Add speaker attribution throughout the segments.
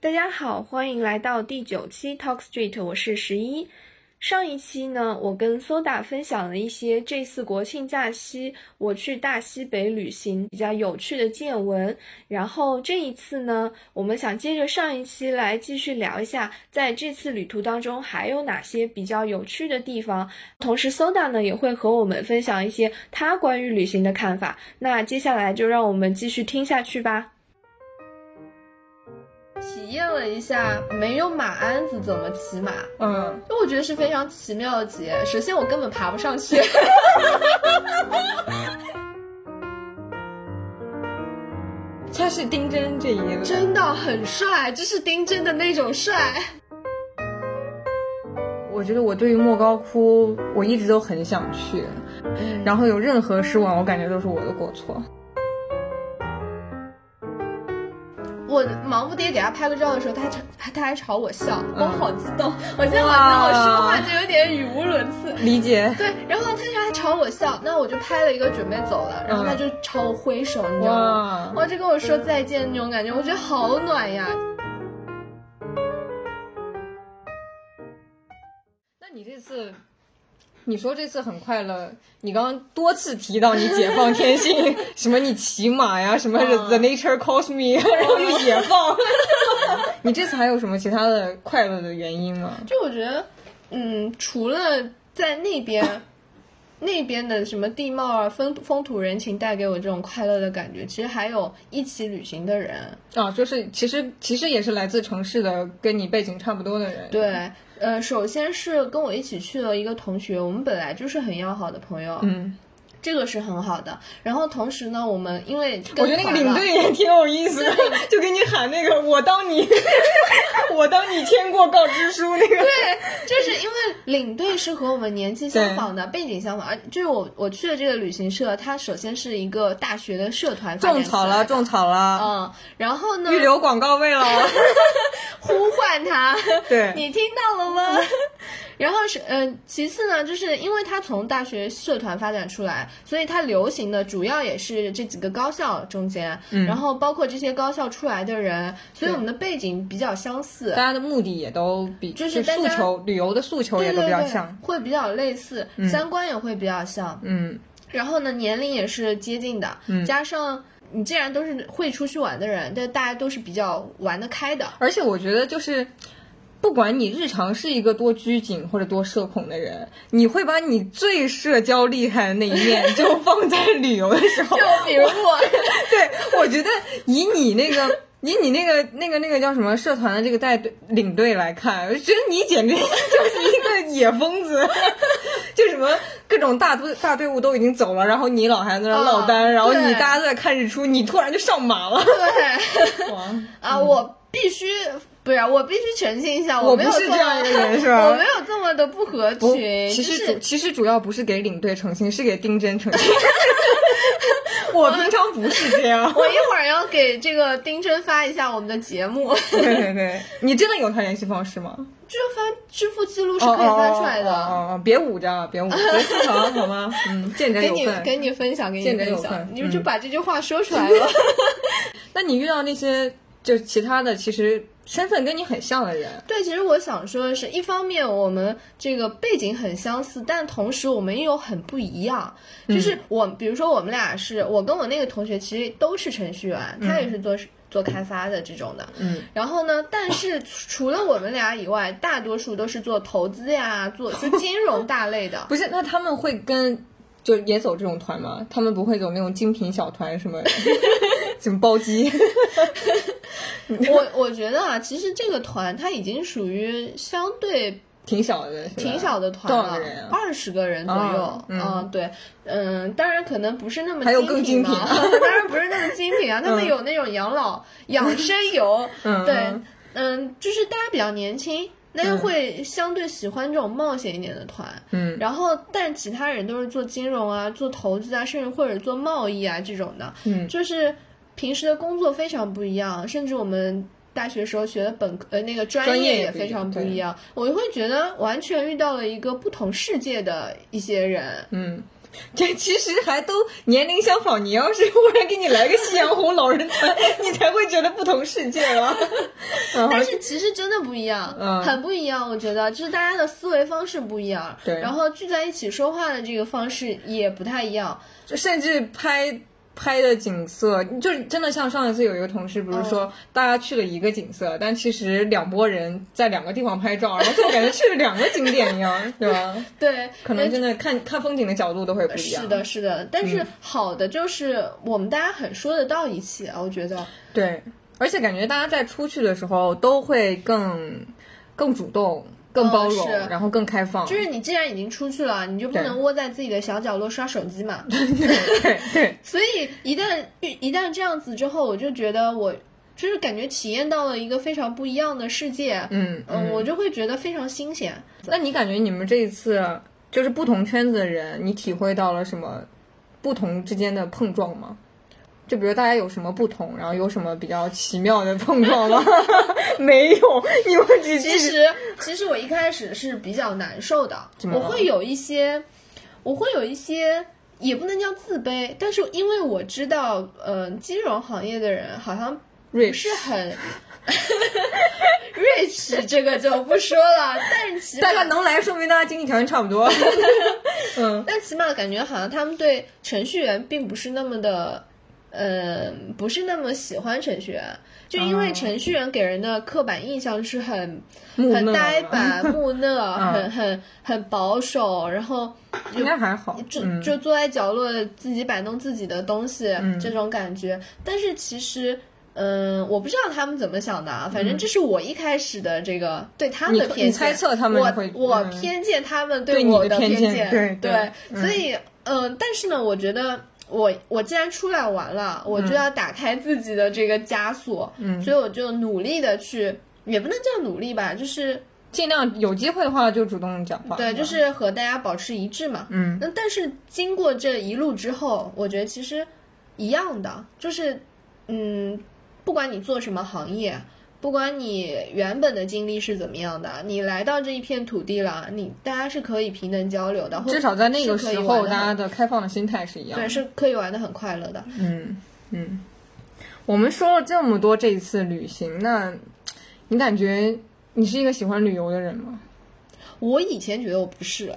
Speaker 1: 大家好，欢迎来到第九期 Talk Street，我是十一。上一期呢，我跟 Soda 分享了一些这次国庆假期我去大西北旅行比较有趣的见闻。然后这一次呢，我们想接着上一期来继续聊一下，在这次旅途当中还有哪些比较有趣的地方。同时，Soda 呢也会和我们分享一些他关于旅行的看法。那接下来就让我们继续听下去吧。体验了一下没有马鞍子怎么骑马。
Speaker 2: 嗯，
Speaker 1: 因为我觉得是非常奇妙的体验。首先，我根本爬不上 去。
Speaker 2: 他是丁真这一路，
Speaker 1: 真的很帅，就是丁真的那种帅。
Speaker 2: 我觉得我对于莫高窟，我一直都很想去，然后有任何失望，我感觉都是我的过错。
Speaker 1: 我忙不迭给他拍个照的时候，他还他还朝我笑，我好激动。我今天晚上
Speaker 2: 嗯哇
Speaker 1: 我说话就有点语无伦次。
Speaker 2: 理解，
Speaker 1: 对，然后他还朝我笑，那我就拍了一个准备走了，然后他就朝我挥手，你知道吗？
Speaker 2: 嗯哇，
Speaker 1: 哇，就跟我说再见那种感觉，我觉得好暖呀。
Speaker 2: 那你这次，你说这次很快乐，你刚刚多次提到你解放天 性，什么你骑马呀，什么 the nature calls me，然后又解放。 你这次还有什么其他的快乐的原因吗？
Speaker 1: 就我觉得，嗯，除了在那边那边的什么地貌啊、风风土人情带给我这种快乐的感觉，其实还有一起旅行的人，
Speaker 2: 啊，就是其实其实也是来自城市的，跟你背景差不多的人。
Speaker 1: 对，呃，首先是跟我一起去了一个同学，我们本来就是很要好的朋友，
Speaker 2: 嗯，
Speaker 1: 这个是很好的。然后同时呢，我们因为
Speaker 2: 我
Speaker 1: 跟
Speaker 2: 觉得那个
Speaker 1: 团
Speaker 2: 领
Speaker 1: 了
Speaker 2: 队也挺有意思的， 就给你喊那个“我当你， 我当你签过告知书”那个。
Speaker 1: 就是因为领队是和我们年纪相仿的，背景相仿，而就是我我去的这个旅行社，它首先是一个大学的社团发展
Speaker 2: 种草
Speaker 1: 起来
Speaker 2: 了，
Speaker 1: 的
Speaker 2: 种草了，
Speaker 1: 嗯，然后呢，
Speaker 2: 预留广告 位了。
Speaker 1: 呼唤他，
Speaker 2: 对
Speaker 1: 你听到了吗？ 然后是，嗯、其次呢，就是因为他从大学社团发展出来，所以它流行的主要也是这几个高校中间，
Speaker 2: 嗯
Speaker 1: 然后包括这些高校出来的人，所以我们的背景比较相似
Speaker 2: 大。家的目的也都比，
Speaker 1: 就
Speaker 2: 就是
Speaker 1: 大
Speaker 2: 诉
Speaker 1: 家
Speaker 2: 求旅游的诉求
Speaker 1: 对
Speaker 2: 也都
Speaker 1: 对
Speaker 2: 比较
Speaker 1: 对
Speaker 2: 像，。
Speaker 1: 会比较类似，三观也会比较像，
Speaker 2: 嗯，
Speaker 1: 然后呢，年龄也是接近的，加上你既然都是会出去玩的人，但大家都是比较玩得开 的，
Speaker 2: 而且我觉得就是。不管你日常是一个多拘谨或者多社恐的人，你会把你最社交厉害的那一面 就放在旅游的时候。
Speaker 1: 就比如我，
Speaker 2: 对，我觉得以你那个 以你那个那个那个叫什么社团的这个带队领队来看，我觉得你简直就是一个野疯子， 就什么各种大队大队伍都已经走了，然后你老还在那儿落单，
Speaker 1: 啊
Speaker 2: 然后你
Speaker 1: 对
Speaker 2: 大家都在看日出，你突然就上马 了。
Speaker 1: 对。
Speaker 2: 哇
Speaker 1: 啊，我必须不是，啊我必须澄清一下，
Speaker 2: 我
Speaker 1: 没有
Speaker 2: 不是
Speaker 1: 这么
Speaker 2: 这样一 个人是吧
Speaker 1: 我没有这么的不合
Speaker 2: 不，
Speaker 1: 群，
Speaker 2: 其
Speaker 1: 就
Speaker 2: 实主
Speaker 1: 是。
Speaker 2: 其实主要不是给领队澄清，是给丁真澄清。 我平常不是这样。
Speaker 1: 我一会儿要给这个丁真发一下我们的节目， 就
Speaker 2: 对对对，你真的有他联系方式吗？
Speaker 1: 是翻支付记录是可以翻出来的，
Speaker 2: 哦哦哦哦哦哦别捂着，别捂，别私藏，好吗？嗯，见者
Speaker 1: 给
Speaker 2: 有
Speaker 1: 你
Speaker 2: 份。
Speaker 1: 给你分享，给你
Speaker 2: 见者
Speaker 1: 分
Speaker 2: 有
Speaker 1: 享
Speaker 2: 份，
Speaker 1: 你们
Speaker 2: 嗯
Speaker 1: 就把这句话说出来了。
Speaker 2: 那你遇到那些就其他的，其实身份跟你很像的人，
Speaker 1: 对，其实我想说的是，一方面我们这个背景很相似，但同时我们也有很不一样。就是我，比如说我们俩是我跟我那个同学，其实都是程序员，他也是做、做开发的这种的。
Speaker 2: 嗯，
Speaker 1: 然后呢，但是除了我们俩以外，大多数都是做投资呀，做就金融大类 的。
Speaker 2: 不是？那他们会跟就也走这种团吗？他们不会走那种精品小团 什么什么包机？
Speaker 1: 我我觉得啊，其实这个团它已经属于相对
Speaker 2: 挺小的，是吧
Speaker 1: 挺小的团
Speaker 2: 多少
Speaker 1: 了
Speaker 2: 个人，啊？
Speaker 1: 二十个人左右
Speaker 2: 啊。嗯
Speaker 1: 对，嗯，当然可能不是那么
Speaker 2: 还有更
Speaker 1: 精
Speaker 2: 精
Speaker 1: 品
Speaker 2: 品
Speaker 1: 嘛，当然不是那么精品啊。他们有那种养老养生游，
Speaker 2: 嗯
Speaker 1: 对，嗯，就是大家比较年轻。那就会相对喜欢这种冒险一点的团，
Speaker 2: 嗯，
Speaker 1: 然后但其他人都是做金融啊、做投资啊，甚至或者做贸易啊这种的，
Speaker 2: 嗯
Speaker 1: 就是平时的工作非常不一样，甚至我们大学时候学的本科呃那个专
Speaker 2: 专业也
Speaker 1: 也
Speaker 2: 不
Speaker 1: 非
Speaker 2: 一样
Speaker 1: 常不
Speaker 2: 对
Speaker 1: 一样，我就会觉得完全遇到了一个不同世界的一些人。
Speaker 2: 嗯这其实还都年龄相仿。你要是忽然给你来个夕阳红老人团， 你才会觉得不同世界了。
Speaker 1: 但是其实真的不一样，
Speaker 2: 嗯
Speaker 1: 很不一样。我觉得就是大家的思维方式不一样，
Speaker 2: 对
Speaker 1: 然后聚在一起说话的这个方式也不太一样。
Speaker 2: 就甚至拍拍的景色，就是真的像上一次有一个同事
Speaker 1: 嗯
Speaker 2: 不是说大家去了一个景色，但其实两拨人在两个地方拍照，然后就感觉去了两个景点 一样，对吧？
Speaker 1: 对，呃
Speaker 2: 可能真的看看风景的角度都会不一样。嗯
Speaker 1: 是的，，是的。但是好的就是我们大家很说得到一起啊，我觉得。
Speaker 2: 对，而且感觉大家在出去的时候都会更更主动、更包容，
Speaker 1: 嗯是
Speaker 2: 然后更开放。
Speaker 1: 就是你既然已经出去了，你就不
Speaker 2: 对
Speaker 1: 能窝在自己的小角落刷手机嘛。
Speaker 2: 对对，
Speaker 1: 所以一旦一旦这样子之后，我就觉得我就是感觉体验到了一个非常不一样的世界。
Speaker 2: 嗯
Speaker 1: 嗯，我就会觉得非常新鲜。
Speaker 2: 那你感觉你们这一次就是不同圈子的人，你体会到了什么不同之间的碰撞吗？就比如大家有什么不同，然后有什么比较奇妙的碰撞吗？ 没有，你们只
Speaker 1: 其
Speaker 2: 是
Speaker 1: 实，其实我一开始是比较难受的，
Speaker 2: 么
Speaker 1: 我
Speaker 2: 了
Speaker 1: 会有一些，我会有一些，也不能叫自卑，但是因为我知道，嗯、金融行业的人好像
Speaker 2: 瑞
Speaker 1: 不是很 rich，这个就不说了，但是起码
Speaker 2: 大家能来，说明大家经济条件差不多。
Speaker 1: 但起码感觉好像他们对程序员并不是那么的，嗯，不是那么喜欢程序员，就因为程序员给人的刻板印象是很、
Speaker 2: 哦木
Speaker 1: 很
Speaker 2: 讷嗯
Speaker 1: 呆
Speaker 2: 了
Speaker 1: 板、木 讷、很很很保守，然后
Speaker 2: 应该还好。
Speaker 1: 就、
Speaker 2: 嗯
Speaker 1: 就坐在角落自己摆弄自己的东西、这种感觉。但是其实。嗯，我不知道他们怎么想的啊，反正这是我一开始的这个对他们的
Speaker 2: 嗯你
Speaker 1: 偏见，
Speaker 2: 你猜测他们
Speaker 1: 我
Speaker 2: 会
Speaker 1: 我
Speaker 2: 嗯
Speaker 1: 偏见他们
Speaker 2: 对你
Speaker 1: 我
Speaker 2: 的偏
Speaker 1: 偏
Speaker 2: 见对
Speaker 1: 对
Speaker 2: 对
Speaker 1: 所以嗯、呃但是呢，我觉得我我既然出来玩了，我
Speaker 2: 嗯
Speaker 1: 就要打开自己的这个枷锁，嗯，所以我就努力的去，也不能叫努力吧，就是
Speaker 2: 尽量有机会的话就主动讲话。
Speaker 1: 对，
Speaker 2: 吧
Speaker 1: 就是和大家保持一致嘛。
Speaker 2: 嗯，
Speaker 1: 那但是经过这一路之后，我觉得其实一样的，就是嗯，不管你做什么行业，不管你原本的经历是怎么样的，你来到这一片土地了，你大家是可以平等交流的，或者
Speaker 2: 至少在那个
Speaker 1: 是可以
Speaker 2: 时
Speaker 1: 玩
Speaker 2: 候，
Speaker 1: 的
Speaker 2: 大家的开放的心态是一样的
Speaker 1: 对。是可以玩的很快乐的。
Speaker 2: 嗯，嗯，我们说了这么多这一次旅行，那你感觉你是一个喜欢旅游的人吗？
Speaker 1: 我以前觉得我不是，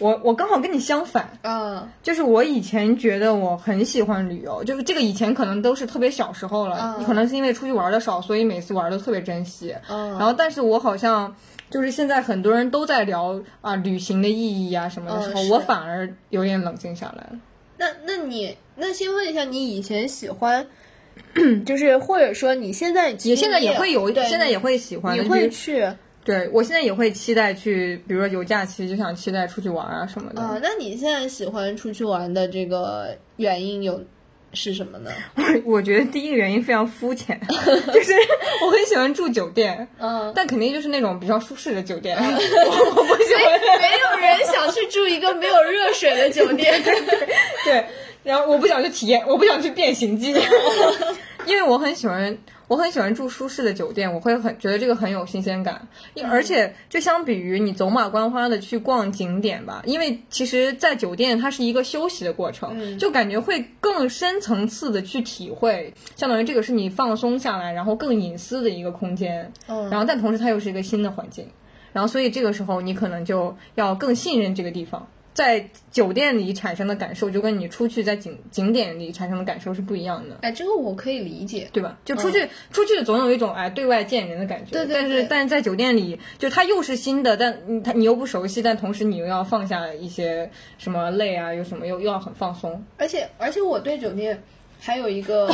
Speaker 2: 我我刚好跟你相反，
Speaker 1: 嗯
Speaker 2: 就是我以前觉得我很喜欢旅游，就是这个以前可能都是特别小时候了，
Speaker 1: 嗯
Speaker 2: 可能是因为出去玩的少，所以每次玩都特别珍惜。然
Speaker 1: 嗯，
Speaker 2: 后，但是我好像就是现在很多人都在聊啊、旅行的意义啊什么的时候，
Speaker 1: 嗯是
Speaker 2: 我反而有点冷静下来了。
Speaker 1: 那那你那先问一下，你以前喜欢， 就是或者说你现在
Speaker 2: 也现在也会有，
Speaker 1: 对
Speaker 2: 现在也会喜欢，
Speaker 1: 你
Speaker 2: 就比
Speaker 1: 会
Speaker 2: 如
Speaker 1: 去啊、
Speaker 2: 对我现在也会期待去，比如说有假期就想期待出去玩啊什么的。
Speaker 1: 哦那你现在喜欢出去玩的这个原因有是什么呢？
Speaker 2: 我觉得第一个原因非常肤浅，就是我很喜欢住酒店，
Speaker 1: 嗯，
Speaker 2: 但肯定就是那种比较舒适的酒店。 我我不喜欢，
Speaker 1: 没有人想去住一个没有热水的酒店。
Speaker 2: 对，然后我不想去体验，我不想去变形记， 因为我很喜欢，我很喜欢住舒适的酒店，我会很觉得这个很有新鲜感，因而且就相比于你走马观花的去逛景点吧，因为其实，在酒店它是一个休息的过程，就感觉会更深层次的去体会，相当于这个是你放松下来，然后更隐私的一个空间，
Speaker 1: 嗯
Speaker 2: 然后但同时它又是一个新的环境。然后所以这个时候你可能就要更信任这个地方，在酒店里产生的感受就跟你出去在景景点里产生的感受是不一样的。
Speaker 1: 哎，这个我可以理解。
Speaker 2: 对吧？就出去、出去总有一种哎对外见人的感觉，
Speaker 1: 嗯对对
Speaker 2: 但是
Speaker 1: 对
Speaker 2: 但是在酒店里，就它又是新的，但你它你又不熟悉，但同时你又要放下一些什么累啊，又什么又又要很放松。
Speaker 1: 而且而且我对酒店还有一个，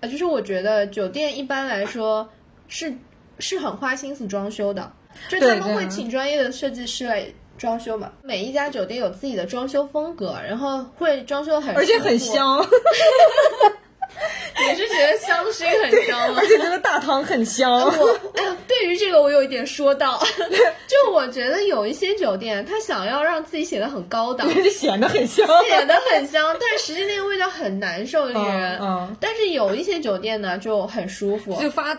Speaker 1: 呃，就是我觉得酒店一般来说是是很花心思装修的，就是他
Speaker 2: 对对
Speaker 1: 们会请专业的设计师来。装修嘛，每一家酒店有自己的装修风格，然后会装修得很，
Speaker 2: 而且很。香，
Speaker 1: 你是觉得香薰很香吗？
Speaker 2: 而且觉得大堂很香。
Speaker 1: 我哎呀，对于于这个，我有一点说到， 就我觉得有一些酒店，他想要让自己显得很高档，
Speaker 2: 就显得很香。
Speaker 1: 显得很香，但实际那个味道很难受，令人。
Speaker 2: 嗯嗯
Speaker 1: 但是有一些酒店呢就很舒服，
Speaker 2: 就发，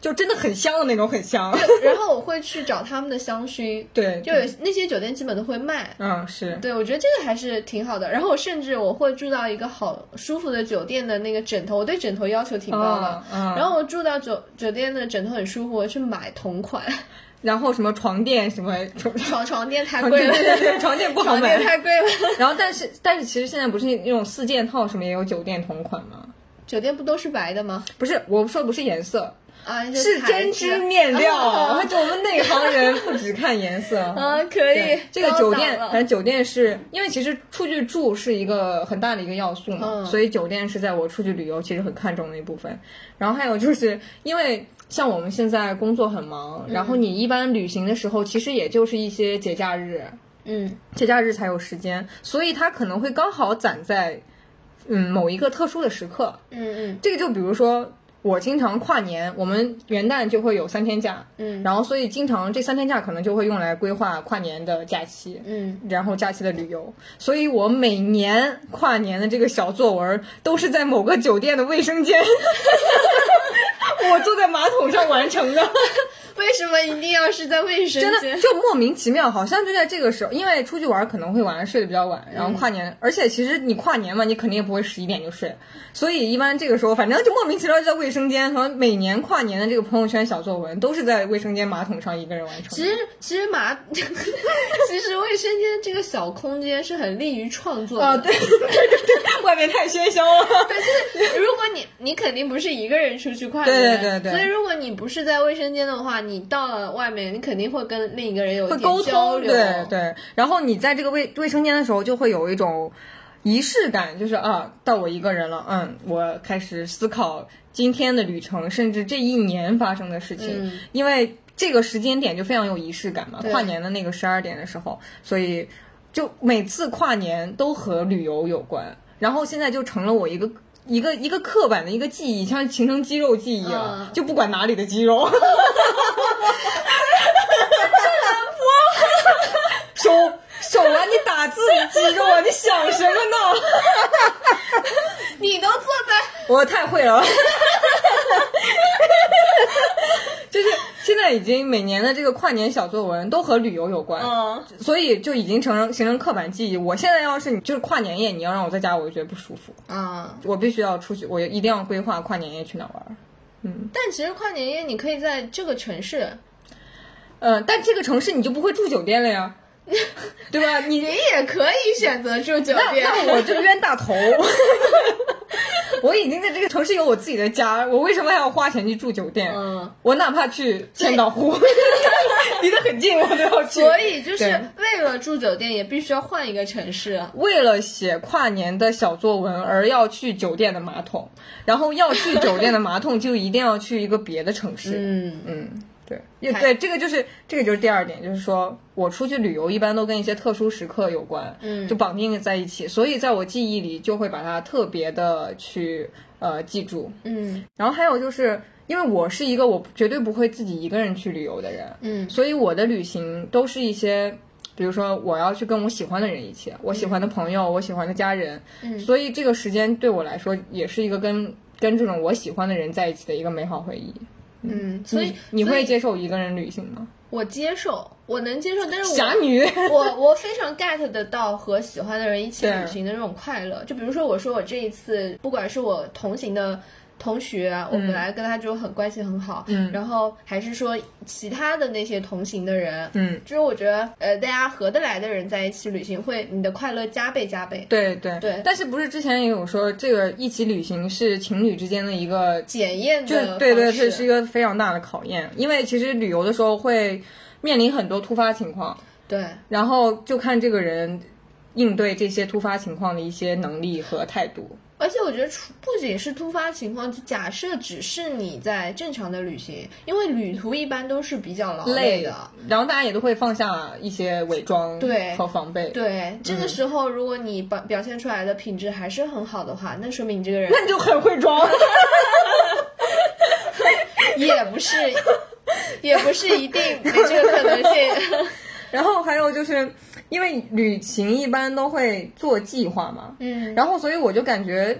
Speaker 2: 就真的很香的那种，很香。
Speaker 1: 然后我会去找他们的香薰，
Speaker 2: 对，
Speaker 1: 就有那些酒店基本都会卖。
Speaker 2: 嗯是，
Speaker 1: 对，我觉得这个还是挺好的。然后我甚至我会住到一个好舒服的酒店的那个枕头，我对枕头要求挺高的。
Speaker 2: 嗯嗯
Speaker 1: 然后我住到酒酒店的枕头很舒服，我去买同款
Speaker 2: 然后什么床垫什么 床
Speaker 1: 床床垫太
Speaker 2: 床
Speaker 1: 贵
Speaker 2: 垫
Speaker 1: 了，
Speaker 2: 对对 对床垫不好
Speaker 1: 床垫
Speaker 2: 买。
Speaker 1: 太贵了。
Speaker 2: 然后但是但是其实现在不是那种四件套什么也有酒店同款吗？
Speaker 1: 酒店不都是白的吗？
Speaker 2: 不是，我说的不是颜色，
Speaker 1: 啊，一些
Speaker 2: 是
Speaker 1: 材
Speaker 2: 针
Speaker 1: 质
Speaker 2: 织面料。
Speaker 1: 啊
Speaker 2: 就我们内行人不只看 颜色。
Speaker 1: 啊，可以
Speaker 2: 对，。 这个
Speaker 1: 高
Speaker 2: 酒
Speaker 1: 档
Speaker 2: 店，
Speaker 1: 了
Speaker 2: 反正酒店是因为其实出去住是一个很大的一个要素嘛，
Speaker 1: 嗯
Speaker 2: 所以酒店是在我出去旅游其实很看重的一部分。然后还有就是因为像我们现在工作很忙，
Speaker 1: 嗯
Speaker 2: 然后你一般旅行的时候，其实也就是一些节假日，
Speaker 1: 嗯，
Speaker 2: 节假日才有时间，所以它可能会刚好攒在嗯某一个特殊的时刻。
Speaker 1: 嗯
Speaker 2: 这个就比如说，我经常跨年，我们元旦就会有三天假，
Speaker 1: 嗯
Speaker 2: 然后所以经常这三天假可能就会用来规划跨年的假期，
Speaker 1: 嗯
Speaker 2: 然后假期的旅游。所以我每年跨年的这个小作文都是在某个酒店的卫生间， 我坐在马桶上完成的，
Speaker 1: 嗯，为什么一定要是在卫生
Speaker 2: 真的
Speaker 1: 间？
Speaker 2: 就莫名其妙，好像就在这个时候，因为出去玩可能会晚上睡得比较晚，然后跨年，而且其实你跨年嘛，你肯定也不会十一点就睡，所以一般这个时候，反正就莫名其妙就在卫生间，和每年跨年的这个朋友圈小作文都是在卫生间马桶上一个人完成的。
Speaker 1: 其实，其实马， 其实卫生间这个小空间是很利于创作的。
Speaker 2: 啊，对对对对，外面太喧嚣了。
Speaker 1: 对，如果你你肯定不是一个人出去跨年，
Speaker 2: 对对对对
Speaker 1: 所以如果你不是在卫生间的话，你到了外面，你肯定会跟另一个人有一
Speaker 2: 会
Speaker 1: 点
Speaker 2: 沟
Speaker 1: 交
Speaker 2: 通，
Speaker 1: 流。
Speaker 2: 对对。然后你在这个卫卫生间的时候，就会有一种仪式感，就是啊，到我一个人了，嗯，我开始思考今天的旅程，甚至这一年发生的事情，
Speaker 1: 嗯
Speaker 2: 因为这个时间点就非常有仪式感嘛。
Speaker 1: 对
Speaker 2: 跨年的那个十二点的时候，所以就每次跨年都和旅游有关，然后现在就成了我一个。一个一个刻板的一个记忆，像形成肌肉记忆了，
Speaker 1: 嗯
Speaker 2: 就不管哪里的肌肉， 手手啊，你打字的肌肉啊，你想什么呢？
Speaker 1: 你都坐在
Speaker 2: 我太会了， 就是现在已经每年的这个跨年小作文都和旅游有关，
Speaker 1: 嗯，
Speaker 2: 所以就已经成形成刻板记忆。我现在要是你就是跨年夜，你要让我在家，我就觉得不舒服，
Speaker 1: 啊，
Speaker 2: 我必须要出去，我一定要规划跨年夜去哪儿玩。
Speaker 1: 但其实跨年夜你可以在这个城市，
Speaker 2: 嗯，但这个城市你就不会住酒店 了呀，对吧？你
Speaker 1: 你也可以选择住酒
Speaker 2: 那
Speaker 1: 店。
Speaker 2: 那我就冤大头， 我已经在这个城市有我自己的家，我为什么还要花钱去住酒店？
Speaker 1: 嗯
Speaker 2: 我哪怕去千岛湖， 离得很近，我都要去。
Speaker 1: 所以就是
Speaker 2: 对
Speaker 1: 为了住酒店，也必须要换一个城市。
Speaker 2: 为了写跨年的小作文而要去酒店的马桶，然后要去酒店的马桶就一定要去一个别的城市。
Speaker 1: 嗯，
Speaker 2: 嗯，对，也
Speaker 1: 还
Speaker 2: 对，这个就是这个就是第二点，就是说我出去旅游一般都跟一些特殊时刻有关，
Speaker 1: 嗯
Speaker 2: 就绑定在一起，所以在我记忆里就会把它特别的去呃记住。
Speaker 1: 嗯
Speaker 2: 然后还有就是因为我是一个我绝对不会自己一个人去旅游的人，
Speaker 1: 嗯
Speaker 2: 所以我的旅行都是一些。比如说，我要去跟我喜欢的人一起，我喜欢的朋友，我喜欢的家人，
Speaker 1: 嗯
Speaker 2: 所以这个时间对我来说也是一个跟跟这种我喜欢的人在一起的一个美好回忆。
Speaker 1: 嗯，所以
Speaker 2: 你
Speaker 1: 所
Speaker 2: 会
Speaker 1: 以
Speaker 2: 接受一个人旅行吗？
Speaker 1: 我接受，我能接受，但是
Speaker 2: 侠
Speaker 1: 我
Speaker 2: 女，
Speaker 1: 我我非常 get 得到和喜欢的人一起
Speaker 2: 对
Speaker 1: 旅行的这种快 乐。就比如说，我说我这一次，不管是我同行的。 同学，我本来跟他就很关系很好，
Speaker 2: 嗯
Speaker 1: 然后还是说其他的那些同行的人，
Speaker 2: 嗯，
Speaker 1: 就是我觉得，呃，大家合得来的人在一起旅行会，你的快乐加倍加倍。
Speaker 2: 对对
Speaker 1: 对
Speaker 2: 但是不是之前也有说这个一起旅行是情侣之间的一个，
Speaker 1: 检验
Speaker 2: 就
Speaker 1: 的
Speaker 2: 对对，
Speaker 1: 方
Speaker 2: 是
Speaker 1: 式
Speaker 2: 是一个非常大的考验，因为其实旅游的时候会面临很多突发情况，
Speaker 1: 对，
Speaker 2: 然后就看这个人应对这些突发情况的一些能力和态度。
Speaker 1: 而且我觉得除不仅是突发情况，就假设只是你在正常的旅行，因为旅途一般都是比较劳累的，
Speaker 2: 然后大家也都会放下一些伪装
Speaker 1: 对
Speaker 2: 和防备，
Speaker 1: 对，这个
Speaker 2: 嗯
Speaker 1: 时候如果你表表现出来的品质还是很好的话，那说明你这个 人
Speaker 2: 那 你就很会装。
Speaker 1: 也不是也不是一 定没这个可能性。
Speaker 2: 然后还有就是因为旅行一般都会做计划嘛，
Speaker 1: 嗯，
Speaker 2: 然后所以我就感觉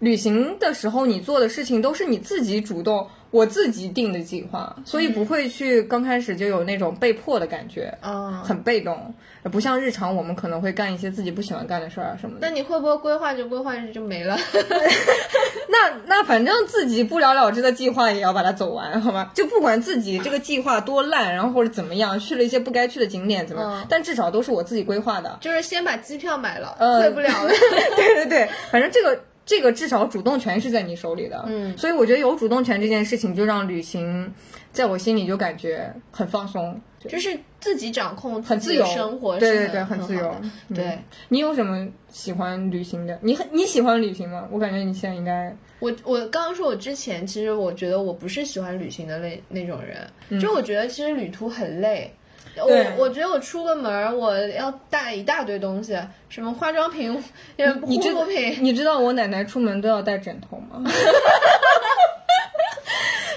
Speaker 2: 旅行的时候你做的事情都是你自己主动。我自己定的计划，所以
Speaker 1: 嗯
Speaker 2: 不会去刚开始就有那种被迫的感觉，
Speaker 1: 啊、
Speaker 2: 很被动，不像日常我们可能会干一些自己不喜欢干的事儿啊什么
Speaker 1: 那
Speaker 2: 的。
Speaker 1: 你会不会规划着规划着就没了？
Speaker 2: 那那反正自己不了了之的计划也要把它走完，好吗？就不管自己这个计划多烂，然后或者怎么样，去了一些不该去的景点怎么样，
Speaker 1: 嗯
Speaker 2: 但至少都是我自己规划的。
Speaker 1: 就是先把机票买了，
Speaker 2: 呃
Speaker 1: 退不了了。
Speaker 2: 对对对，反正这个这个至少主动权是在你手里的，
Speaker 1: 嗯
Speaker 2: 所以我觉得有主动权这件事情，就让旅行在我心里就感觉很放松，对
Speaker 1: 就是自己掌控
Speaker 2: 很
Speaker 1: 自
Speaker 2: 自
Speaker 1: 己的
Speaker 2: 由，
Speaker 1: 生活是
Speaker 2: 对
Speaker 1: 很，
Speaker 2: 对对，很自由嗯
Speaker 1: 好的。对
Speaker 2: 你有什么喜欢旅行的？你很你喜欢旅行吗？我感觉你现在应该
Speaker 1: 我，我刚刚说，我之前其实我觉得我不是喜欢旅行的类那种人，就我觉得其实旅途很累。
Speaker 2: 嗯对
Speaker 1: 我我觉得我出个门儿，我要带一大堆东西，什么化妆品、呃护
Speaker 2: 你知
Speaker 1: 肤品，
Speaker 2: 你知道我奶奶出门都要带枕头吗？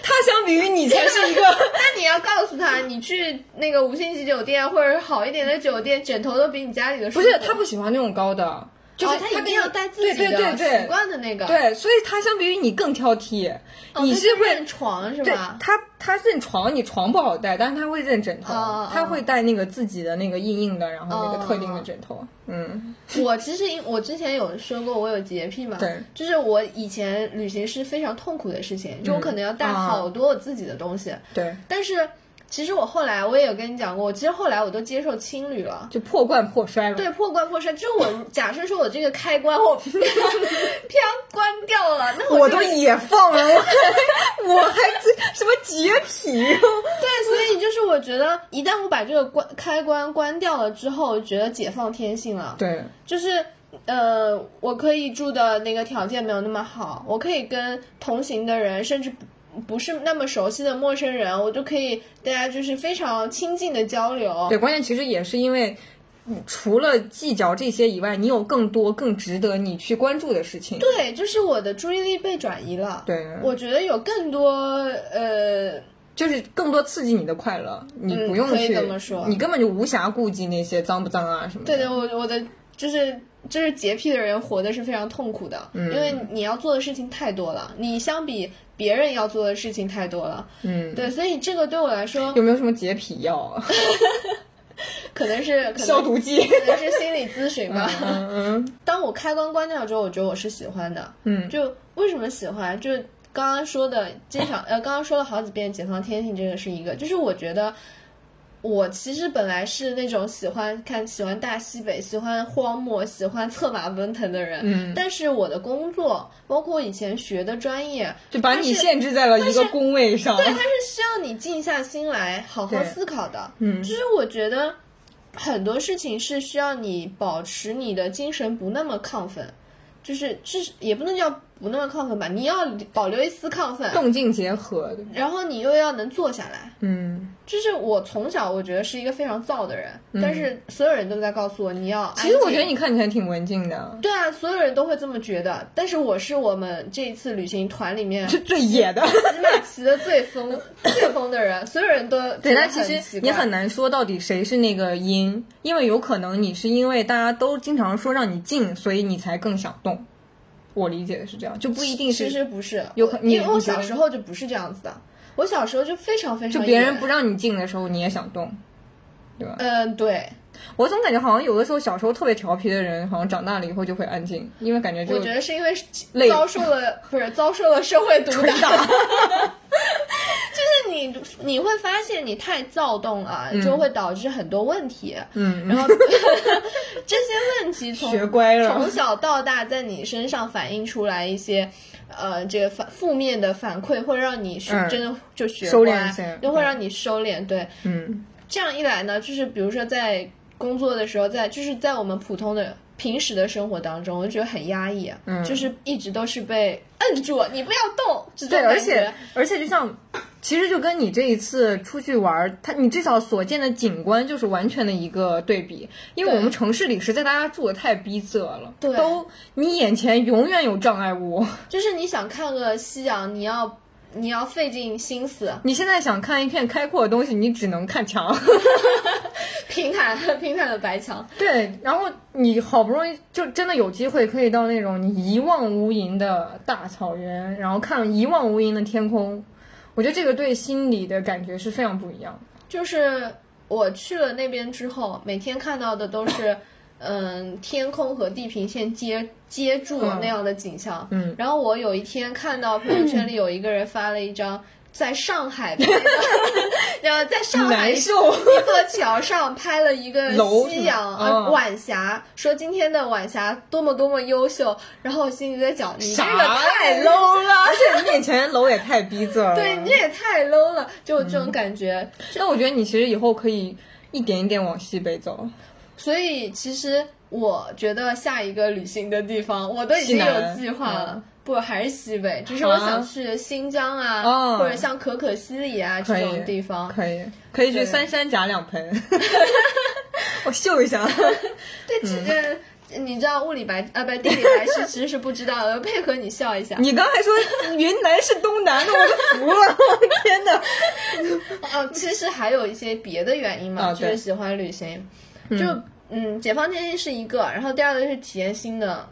Speaker 2: 她相比于你才是一个，
Speaker 1: 那你要告诉他，你去那个五星级酒店或者是好一点的酒店，枕头都比你家里的舒
Speaker 2: 不
Speaker 1: 服。
Speaker 2: 是她不喜欢那种高的，就是
Speaker 1: 哦、他
Speaker 2: 她
Speaker 1: 一
Speaker 2: 跟
Speaker 1: 定
Speaker 2: 你
Speaker 1: 要带自己
Speaker 2: 对
Speaker 1: 的
Speaker 2: 对对对
Speaker 1: 习惯的那个，
Speaker 2: 对，所以她相比于你更挑剔，
Speaker 1: 哦，
Speaker 2: 你
Speaker 1: 他
Speaker 2: 是
Speaker 1: 就
Speaker 2: 会
Speaker 1: 认床是
Speaker 2: 对
Speaker 1: 吧？
Speaker 2: 他，他认床，你床不好带，但是他会认枕头，
Speaker 1: 哦哦
Speaker 2: 他会带那个自己的那个硬硬的，然后那
Speaker 1: 哦
Speaker 2: 个特定的枕头。嗯，
Speaker 1: 我其实因我之前有说过我有洁癖嘛，
Speaker 2: 对，
Speaker 1: 就是我以前旅行是非常痛苦的事情，就我可能要带
Speaker 2: 啊
Speaker 1: 好多我自己的东西，
Speaker 2: 对，
Speaker 1: 但是其实我后来我也有跟你讲过，我其实后来我都接受轻旅了。
Speaker 2: 就破罐破摔了。
Speaker 1: 对，破罐破摔，就是我假设说我这个开关我 啪关掉了，那
Speaker 2: 我
Speaker 1: 就
Speaker 2: 都野放了，我还 我还这什么洁癖？
Speaker 1: 对，所以就是我觉得一旦我把这个关开关关掉了之后，我觉得解放天性了。
Speaker 2: 对，
Speaker 1: 就是呃，我可以住的那个条件没有那么好，我可以跟同行的人，甚至不不是那么熟悉的陌生人，我就可以大家就是非常亲近的交流。
Speaker 2: 对，关键其实也是因为。嗯除了计较这些以外，你有更多更值得你去关注的事情。对，
Speaker 1: 对，就是我的注意力被转移了。
Speaker 2: 对
Speaker 1: 我觉得有更多呃，
Speaker 2: 就是更多刺激你的快乐，你
Speaker 1: 嗯
Speaker 2: 不用
Speaker 1: 可以
Speaker 2: 去，
Speaker 1: 这么说
Speaker 2: 你根本就无暇顾及那些脏不脏啊什么的。
Speaker 1: 对对，我我的就是就是洁癖的人活的是非常痛苦的，
Speaker 2: 嗯
Speaker 1: 因为你要做的事情太多了，你相比别人要做的事情太多了，
Speaker 2: 嗯，
Speaker 1: 对，所以这个对我来说
Speaker 2: 有没有什么洁癖药 啊？
Speaker 1: 可能是可
Speaker 2: 消
Speaker 1: 能
Speaker 2: 毒剂？
Speaker 1: 可能是心理咨询吧。
Speaker 2: 嗯嗯
Speaker 1: 当我开关关掉之后，我觉得我是喜欢的。
Speaker 2: 嗯，
Speaker 1: 就为什么喜欢？就刚刚说的经常呃，刚刚说了好几遍，解放天性这个是一个，就是我觉得。我其实本来是那种喜欢看、喜欢大西北、喜欢荒漠、喜欢策马奔腾的人，
Speaker 2: 嗯
Speaker 1: 但是我的工作，包括我以前学的专业，
Speaker 2: 就把你限制在了一个工位上。
Speaker 1: 它是需要你静下心来好好
Speaker 2: 对
Speaker 1: 思考的。
Speaker 2: 嗯
Speaker 1: 就是我觉得很多事情是需要你保持你的精神不那么亢奋，就是至也不能叫不那么亢奋吧，你要保留一丝亢奋，
Speaker 2: 动静结合，对吧
Speaker 1: 然后你又要能坐下来。
Speaker 2: 嗯，
Speaker 1: 就是我从小我觉得是一个非常躁的人，但是所有人都在告诉我你要安静。
Speaker 2: 其实我觉得你看起来挺文静的，
Speaker 1: 对啊，所有人都会这么觉得，但是我是我们这一次旅行团里 面
Speaker 2: 是最野的。
Speaker 1: 起码骑的最疯、最疯的人，所有人都觉
Speaker 2: 对，
Speaker 1: 得
Speaker 2: 但其
Speaker 1: 很
Speaker 2: 实
Speaker 1: 奇
Speaker 2: 也
Speaker 1: 怪
Speaker 2: 很难说到底谁是那个音，因为有可能你是因为大家都经常说让你静，所以你才更想动。我理解的是这样，就不一定
Speaker 1: 其
Speaker 2: 是
Speaker 1: 实不是，
Speaker 2: 有可
Speaker 1: 我
Speaker 2: 你
Speaker 1: 因为我
Speaker 2: 你觉
Speaker 1: 小
Speaker 2: 得
Speaker 1: 时候就不是这样子的，我小时候就非常非常
Speaker 2: 就别人
Speaker 1: 野
Speaker 2: 不让你静的时候你也想动。
Speaker 1: 嗯对，
Speaker 2: 我总感觉好像有的时候小时候特别调皮的人，好像长大了以后就会安静，因为感觉就
Speaker 1: 我觉得是因为
Speaker 2: 累
Speaker 1: 遭受了不是遭受了社会毒打，就是你你会发现你太躁动了，就会导致很多问题，
Speaker 2: 嗯，
Speaker 1: 然后这些问题从
Speaker 2: 学乖了
Speaker 1: 从小到大在你身上反映出来一些。呃，这个反负面的反馈会让你学
Speaker 2: 嗯
Speaker 1: 真的就学
Speaker 2: 收敛
Speaker 1: 乖
Speaker 2: 一些
Speaker 1: 就会
Speaker 2: 嗯
Speaker 1: 让你收敛。对，
Speaker 2: 嗯
Speaker 1: 这样一来呢，就是比如说在工作的时候，在就是在我们普通的平时的生活当中，我就觉得很压抑，啊
Speaker 2: 嗯
Speaker 1: 就是一直都是被摁住，你不要动，这种
Speaker 2: 对，
Speaker 1: 感
Speaker 2: 而
Speaker 1: 觉
Speaker 2: 且而且就像，其实就跟你这一次出去玩儿，它你至少所见的景观就是完全的一个对比，因为
Speaker 1: 对
Speaker 2: 我们城市里实在大家住的太逼仄了，
Speaker 1: 对
Speaker 2: 都你眼前永远有障碍物，
Speaker 1: 就是你想看个夕阳，你要。你要费尽心思。
Speaker 2: 你现在想看一片开阔的东西，你只能看墙。
Speaker 1: 平坦平坦的白墙，
Speaker 2: 对，然后你好不容易就真的有机会可以到那种你一望无垠的大草原，然后看一望无垠的天空，我觉得这个对心理的感觉是非常不一样的。
Speaker 1: 就是我去了那边之后，每天看到的都是，嗯，天空和地平线接接住
Speaker 2: 嗯
Speaker 1: 那样的景象。
Speaker 2: 嗯，
Speaker 1: 然后我有一天看到朋友圈里有一个人发了一张在上海拍的， 然后在上海
Speaker 2: 难
Speaker 1: 一
Speaker 2: 受，
Speaker 1: 座桥上拍了一个
Speaker 2: 楼
Speaker 1: 夕阳
Speaker 2: 是吗
Speaker 1: 啊
Speaker 2: 嗯
Speaker 1: 晚霞，说今天的晚霞多么多么优秀，然后我心里在讲，你这个 太 low 了。
Speaker 2: 而且你眼前楼也太逼仄了。
Speaker 1: 对，你也太 low 了，就有
Speaker 2: 嗯
Speaker 1: 这种感觉。
Speaker 2: 那我觉得你其实以后可以一点一点往西北走，
Speaker 1: 所以其实我觉得下一个旅行的地方我都已经
Speaker 2: 西
Speaker 1: 有
Speaker 2: 南
Speaker 1: 计划了。
Speaker 2: 嗯啊
Speaker 1: 不，还是西北，只是我想去新疆啊，
Speaker 2: 哦
Speaker 1: 或者像可可西里啊这
Speaker 2: 可以
Speaker 1: 种地方。
Speaker 2: 可以可以去
Speaker 1: 对
Speaker 2: 三山夹两盆， 我秀一下。
Speaker 1: 对，
Speaker 2: 嗯
Speaker 1: 这个、你知道物理白啊，不是地理白痴，其实是不知道的，我配合你笑一下。
Speaker 2: 你刚才说云南是东南的，我都服了，天哪！
Speaker 1: 哦，其实还有一些别的原因嘛，
Speaker 2: 啊
Speaker 1: 就
Speaker 2: 对
Speaker 1: 是喜欢旅行，就嗯，解放天性是一个，然后第二个就是体验新的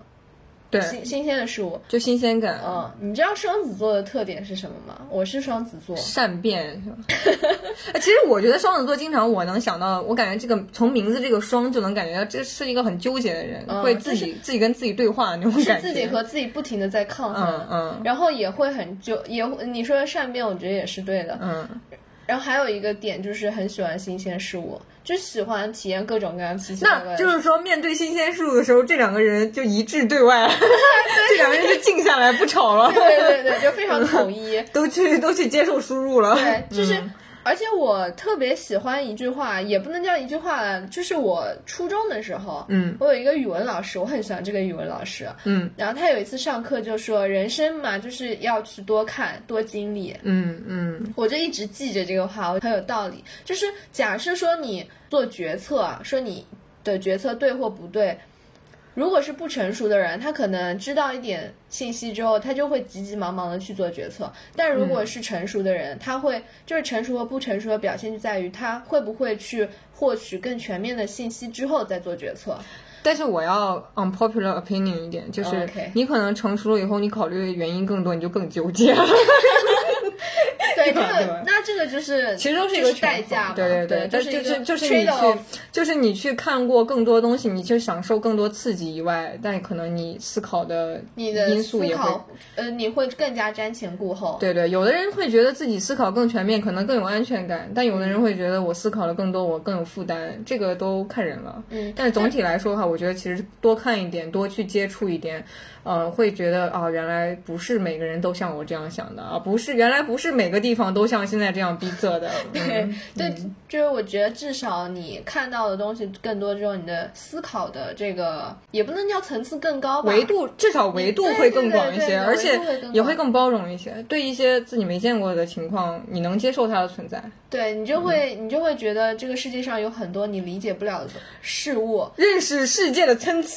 Speaker 2: 对，
Speaker 1: 新新鲜的事物。
Speaker 2: 就新鲜感，
Speaker 1: 嗯，你知道双子座的特点是什么吗？我是双子座，
Speaker 2: 善变是吧？ 哎其实我觉得双子座经常我能想到，我感觉这个从名字这个“双”就能感觉到这是一个很纠结的人，
Speaker 1: 嗯
Speaker 2: 会自己、自己跟自己对话的那种感觉。
Speaker 1: 自己和自己不停的在抗衡，
Speaker 2: 嗯嗯
Speaker 1: 然后也会很纠，也会你说的善变，我觉得也是对的。
Speaker 2: 嗯，
Speaker 1: 然后还有一个点就是很喜欢新鲜事物，就喜欢体验各种各样奇奇怪怪
Speaker 2: 那
Speaker 1: 的。
Speaker 2: 就是说面对新鲜事物的时候，这两个人就一致对外，这两个人就静下来不吵了，
Speaker 1: 对对对，就非常
Speaker 2: 嗯
Speaker 1: 统一。
Speaker 2: 都去都去接受输入了。
Speaker 1: 对，就是。
Speaker 2: 嗯
Speaker 1: 而且我特别喜欢一句话，也不能叫一句话了，就是我初中的时候，
Speaker 2: 嗯，
Speaker 1: 我有一个语文老师，我很喜欢这个语文老师，
Speaker 2: 嗯，
Speaker 1: 然后他有一次上课就说，人生嘛，就是要去多看多经历，
Speaker 2: 嗯嗯
Speaker 1: 我就一直记着这个话，我很有道理。就是假设说你做决策啊，说你的决策对或不对，如果是不成熟的人，他可能知道一点信息之后，他就会急急忙忙的去做决策。但如果是成熟的人，他会就是成熟和不成熟的表现就在于他会不会去获取更全面的信息之后再做决策。
Speaker 2: 但是我要 unpopular opinion 一点，就是
Speaker 1: OK
Speaker 2: 你可能成熟了以后，你考虑的原因更多，你就更 纠结了。
Speaker 1: 对，这
Speaker 2: 吧对
Speaker 1: 个
Speaker 2: 吧
Speaker 1: 那这个就是
Speaker 2: 其实都
Speaker 1: 就是
Speaker 2: 一个权
Speaker 1: 代
Speaker 2: 衡
Speaker 1: 价嘛，
Speaker 2: 对
Speaker 1: 对
Speaker 2: 对，
Speaker 1: 就
Speaker 2: 但
Speaker 1: 是
Speaker 2: 就
Speaker 1: 一个
Speaker 2: 是就是你
Speaker 1: trade off
Speaker 2: 去，就是你去看过更多东西，你去享受更多刺激以外，但可能你思考的
Speaker 1: 你的
Speaker 2: 因素
Speaker 1: 思
Speaker 2: 也会。
Speaker 1: 考，呃，你会更加瞻前顾后。
Speaker 2: 对对，有的人会觉得自己思考更全面，可能更有安全感，但有的
Speaker 1: 嗯
Speaker 2: 人会觉得我思考的更多，我更有负担，这个都看人了。
Speaker 1: 嗯，
Speaker 2: 但是总体来说的话，我觉得其实多看一点，多去接触一点，呃，会觉得啊，原来不是每个人都像我这样想的啊，不是原来不是每个地方都像现在这样逼 仄的。嗯
Speaker 1: 对对，就是我觉得至少你看到的东西更多之后，你的思考的这个也不能叫层次更高吧，
Speaker 2: 维度至少维度
Speaker 1: 嗯对
Speaker 2: 会
Speaker 1: 对
Speaker 2: 更
Speaker 1: 对
Speaker 2: 广一
Speaker 1: 对对
Speaker 2: 些，而
Speaker 1: 维
Speaker 2: 且
Speaker 1: 度会更
Speaker 2: 也
Speaker 1: 广
Speaker 2: 会更包容一些。对一些自己没见过的情况，你能接受它的存在。
Speaker 1: 对你就会你就会觉得这个世界上有很多你理解不了的事物，
Speaker 2: 认识世界的参差，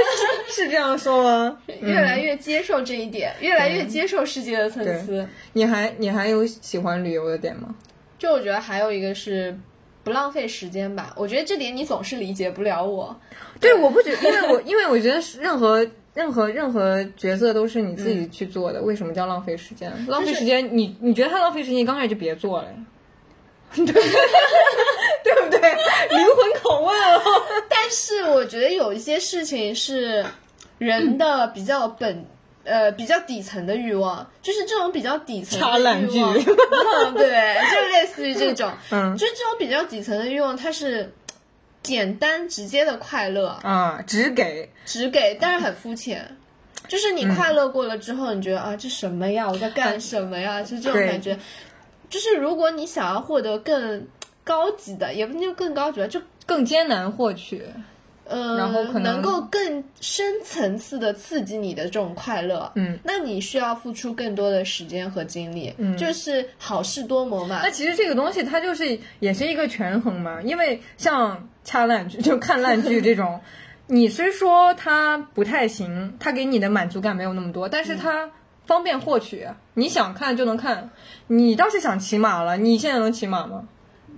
Speaker 2: 是这样说吗？
Speaker 1: 越来
Speaker 2: 嗯
Speaker 1: 越接受这一点，越来越接受世界的层次。
Speaker 2: 你还你还有喜欢旅游的点吗？
Speaker 1: 就我觉得还有一个是。不浪费时间吧，我觉得这点你总是理解不了我。
Speaker 2: 对，我不觉，因为我因为我觉得是任何任何任何角色都是你自己去做的，为什么叫浪费时间？浪费时间，你你觉得它浪费时间，你刚开始就别做 了呀。对对不对？灵魂拷问哦。
Speaker 1: 但是我觉得有一些事情是人的比较本。呃，比较底层的欲望，就是这种比较底层
Speaker 2: 插
Speaker 1: 的
Speaker 2: 烂
Speaker 1: 欲望，
Speaker 2: 剧
Speaker 1: 嗯对，就类似于这种，
Speaker 2: 嗯
Speaker 1: 就是这种比较底层的欲望，它是简单直接的快乐，
Speaker 2: 啊，只给
Speaker 1: 只给，但是很肤浅，就是你快乐过了之后，你觉得啊，这什么呀，我在干什么呀，就这种
Speaker 2: 对
Speaker 1: 感觉。就是如果你想要获得更高级的，也不就更高级吧，就
Speaker 2: 更艰难获取。
Speaker 1: 呃，
Speaker 2: 然后可能
Speaker 1: 能够更深层次的刺激你的这种快乐，
Speaker 2: 嗯，
Speaker 1: 那你需要付出更多的时间和精力，
Speaker 2: 嗯
Speaker 1: 就是好事多磨嘛
Speaker 2: 那。其实这个东西它就是也是一个权衡嘛，因为像掐烂剧 就看烂剧这种，你虽说它不太行，它给你的满足感没有那么多，但是它方便获取，你想看就能看。你倒是想骑马了，你现在能骑马吗？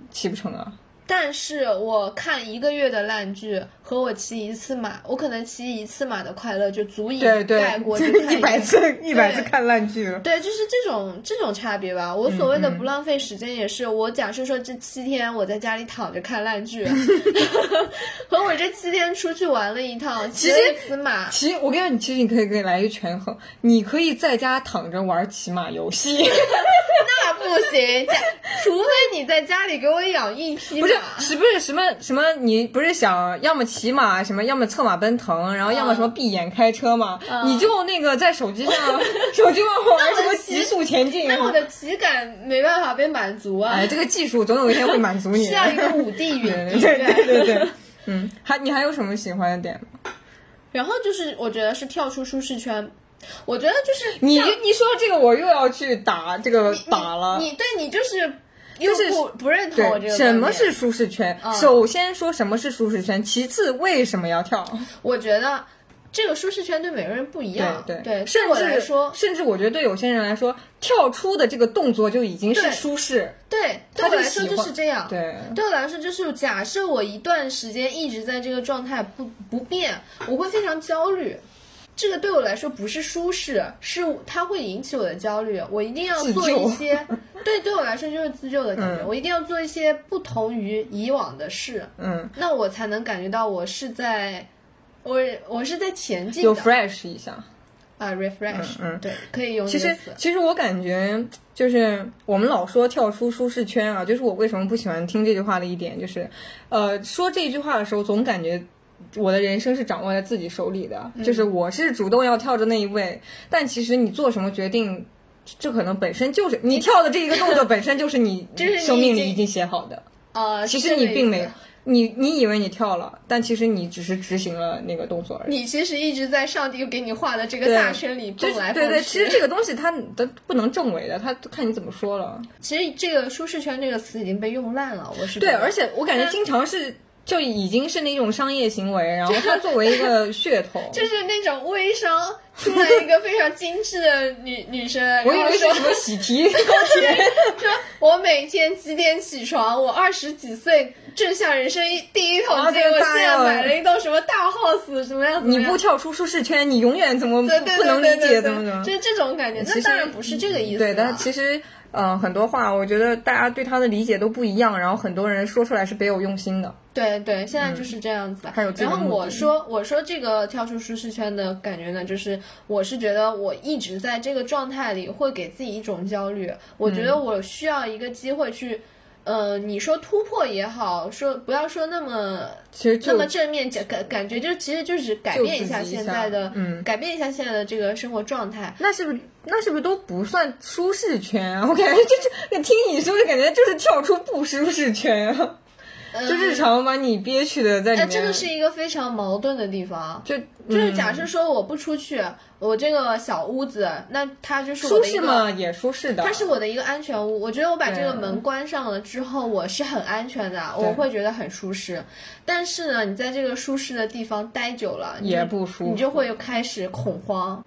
Speaker 2: 骑不成啊。
Speaker 1: 但是我看一个月的烂剧和我骑一次马，我可能骑一次马的快乐就足以
Speaker 2: 对对
Speaker 1: 盖 过，
Speaker 2: 一百
Speaker 1: 次。
Speaker 2: 次一百次看烂剧了。
Speaker 1: 对，就是这种这种差别吧。我所谓的不浪费时间，也是、我假设说这七天我在家里躺着看烂 剧，和我这七天出去玩了一趟，骑了一次马，
Speaker 2: 其实我跟你讲，其实你可以可以来一个权衡，你可以在家躺着玩骑马游戏，
Speaker 1: 那不行，家除非你在家里给我养一匹
Speaker 2: 不
Speaker 1: 马
Speaker 2: 是，是不是什么什么？你不是想要么骑马什么，要么策马奔腾，然后要么
Speaker 1: 嗯
Speaker 2: 什么闭眼开车嘛？你就那个在手 机上手机上玩什么极速前进，
Speaker 1: 那我的体感没办法被满足啊，
Speaker 2: 哎，这个技术总有一天会满足你
Speaker 1: 需要一 个
Speaker 2: 的。
Speaker 1: 五 D 云
Speaker 2: 对
Speaker 1: 音
Speaker 2: 对
Speaker 1: 乐。
Speaker 2: 对对对，嗯，还你还有什么喜欢的点吗？
Speaker 1: 然后就是我觉得是跳出舒适圈，我觉得就是
Speaker 2: 你
Speaker 1: 像
Speaker 2: 你说这个，我又要去打这个打了。
Speaker 1: 你对你就是又
Speaker 2: 是
Speaker 1: 不不认同我这
Speaker 2: 对，
Speaker 1: 个
Speaker 2: 什么
Speaker 1: 观点嗯
Speaker 2: 是舒适圈？首先说什么是舒适圈，其次为什么要跳？
Speaker 1: 我觉得这个舒适圈对每个人不一样，
Speaker 2: 对
Speaker 1: 啊对，
Speaker 2: 甚
Speaker 1: 对我
Speaker 2: 至
Speaker 1: 来说，
Speaker 2: 甚至我觉得对有些人来说，跳出的这个动作就已经是
Speaker 1: 对
Speaker 2: 舒适。
Speaker 1: 对对
Speaker 2: 他
Speaker 1: 我
Speaker 2: 就
Speaker 1: 来说
Speaker 2: 喜
Speaker 1: 就
Speaker 2: 欢
Speaker 1: 是这样，
Speaker 2: 对，
Speaker 1: 对我来说，就是假设我一段时间一直在这个状态不不变，我会非常焦虑。这个对我来说不是舒适，是它会引起我的焦虑。我一定要
Speaker 2: 自
Speaker 1: 做
Speaker 2: 救
Speaker 1: 一些，对，对我来说就是自救的感觉。
Speaker 2: 嗯
Speaker 1: 我一定要做一些不同于以往的事，
Speaker 2: 嗯，
Speaker 1: 那我才能感觉到我是在，我我是在前进
Speaker 2: 有
Speaker 1: 的
Speaker 2: fresh 一下。
Speaker 1: 啊，refresh，
Speaker 2: 嗯嗯
Speaker 1: 对，可以用
Speaker 2: 其
Speaker 1: 这个
Speaker 2: 实
Speaker 1: 词，
Speaker 2: 其实我感觉就是我们老说跳出舒适圈啊，就是我为什么不喜欢听这句话的一点，就是，呃，说这句话的时候总感觉。我的人生是掌握在自己手里的，
Speaker 1: 嗯
Speaker 2: 就是我是主动要跳的那一位，但其实你做什么决定，这可能本身就是你跳的这一个动作本身就是你
Speaker 1: 就是你
Speaker 2: 生命
Speaker 1: 已
Speaker 2: 里
Speaker 1: 经
Speaker 2: 已经写好的。
Speaker 1: 啊，
Speaker 2: 其
Speaker 1: 这个
Speaker 2: 实你
Speaker 1: 意
Speaker 2: 并
Speaker 1: 思
Speaker 2: 没有，你你以为你跳了，但其实你只是执行了那个动作而已。
Speaker 1: 你其实一直在上帝给你画的这个
Speaker 2: 对
Speaker 1: 大圈里
Speaker 2: 就
Speaker 1: 蹦
Speaker 2: 是
Speaker 1: 来蹦
Speaker 2: 对
Speaker 1: 去。
Speaker 2: 对，其实这个东西它都不能证伪的，它看你怎么说了。
Speaker 1: 其实这个“舒适圈”这个词已经被用烂了，我是
Speaker 2: 对，
Speaker 1: 觉得
Speaker 2: 而且我感觉经常是就已经是那种商业行为，然后它作为一个噱头。
Speaker 1: 就是那种微商出来一个非常精致的女 女生，然
Speaker 2: 我以
Speaker 1: 后
Speaker 2: 为是
Speaker 1: 说
Speaker 2: 什么喜提高 铁，
Speaker 1: 说我每天几点起床，我二十几岁挣下人生一第一桶
Speaker 2: 啊
Speaker 1: 金，
Speaker 2: 对
Speaker 1: 我
Speaker 2: 大
Speaker 1: 现在
Speaker 2: 了
Speaker 1: 买了一栋什么大 house，什么样子？
Speaker 2: 你不跳出舒适圈，你永远怎么
Speaker 1: 对对
Speaker 2: 不
Speaker 1: 对
Speaker 2: 能
Speaker 1: 对
Speaker 2: 理
Speaker 1: 对
Speaker 2: 解
Speaker 1: 对
Speaker 2: 怎么怎么
Speaker 1: 就。是这种感觉。
Speaker 2: 其
Speaker 1: 那
Speaker 2: 实
Speaker 1: 当然不是这个意思了，
Speaker 2: 对，但其实，呃，很多话我觉得大家对它的理解都不一样，然后很多人说出来是别有用心的。
Speaker 1: 对对，现在就是这样子的。
Speaker 2: 嗯还有这
Speaker 1: 然
Speaker 2: 个
Speaker 1: 后
Speaker 2: 目
Speaker 1: 我
Speaker 2: 的
Speaker 1: 说我说这个跳出舒适圈的感觉呢，就是我是觉得我一直在这个状态里会给自己一种焦虑，我觉得
Speaker 2: 嗯
Speaker 1: 我需要一个机会去。呃，你说突破也好，说不要说那么
Speaker 2: 其实
Speaker 1: 那
Speaker 2: 就
Speaker 1: 么正面，感感感觉就其实就是改
Speaker 2: 就
Speaker 1: 变一
Speaker 2: 自
Speaker 1: 下
Speaker 2: 己一
Speaker 1: 现
Speaker 2: 下
Speaker 1: 在的，
Speaker 2: 嗯
Speaker 1: 改变一下现在的这个生活状态。
Speaker 2: 那是不是那是不是都不算舒适圈啊？我感觉 就是听你说，就感觉就是跳出不舒适圈啊，就日常把你憋屈的在里
Speaker 1: 哎，
Speaker 2: 面。
Speaker 1: 呃这个是一个非常矛盾的地方，
Speaker 2: 就嗯
Speaker 1: 就是假设说我不出去，我这个小屋子，那它就是我
Speaker 2: 舒
Speaker 1: 的一
Speaker 2: 适
Speaker 1: 个
Speaker 2: 嘛，也舒适的。
Speaker 1: 它是我的一个安全屋，我觉得我把这
Speaker 2: 对
Speaker 1: 个门关上了之后，我是很安全的，我会觉得很舒适。但是呢，你在这个舒适的地方待久了，你就
Speaker 2: 也不舒服
Speaker 1: 你就会开始恐慌，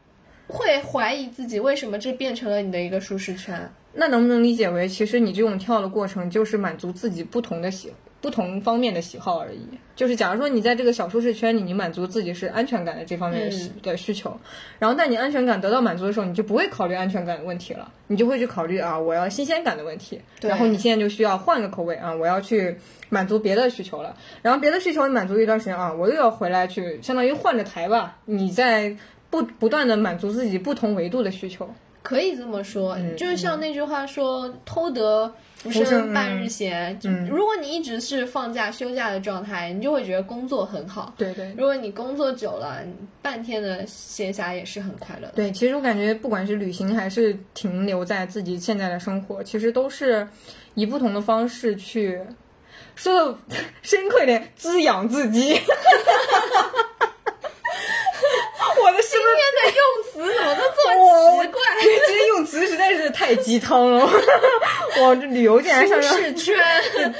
Speaker 1: 会怀疑自己为什么这变成了你的一个舒适圈。
Speaker 2: 那能不能理解为，其实你这种跳的过程，就是满足自己不同的喜不同方面的喜好而已。就是假如说你在这个小舒适圈里，你满足自己是安全感的这方面的需的需求，然后但你安全感得到满足的时候，你就不会考虑安全感的问题了，你就会去考虑啊，我要新鲜感的问题。
Speaker 1: 对
Speaker 2: 然后你现在就需要换个口味啊，我要去满足别的需求了。然后别的需求你满足一段时间啊，我又要回来去，相当于换着台吧。你在不不断的满足自己不同维度的需求。
Speaker 1: 可以这么说，
Speaker 2: 嗯
Speaker 1: 就是像那句话说“偷得浮
Speaker 2: 浮生
Speaker 1: 生
Speaker 2: 嗯
Speaker 1: 半日闲”就如果你一直是放假休假的状态，你就会觉得工作很好。
Speaker 2: 对对
Speaker 1: 如果你工作久了，你半天的闲暇也是很快乐的。
Speaker 2: 对，其实我感觉，不管是旅行还是停留在自己现在的生活，其实都是以不同的方式去，说的 深刻一点，滋养自己。 我的是不
Speaker 1: 用
Speaker 2: 是
Speaker 1: 词怎么都这
Speaker 2: 我
Speaker 1: 么
Speaker 2: 我
Speaker 1: 奇怪？
Speaker 2: 这些用词实在是太鸡汤了。 我这旅游竟然像
Speaker 1: 舒
Speaker 2: 是
Speaker 1: 适圈，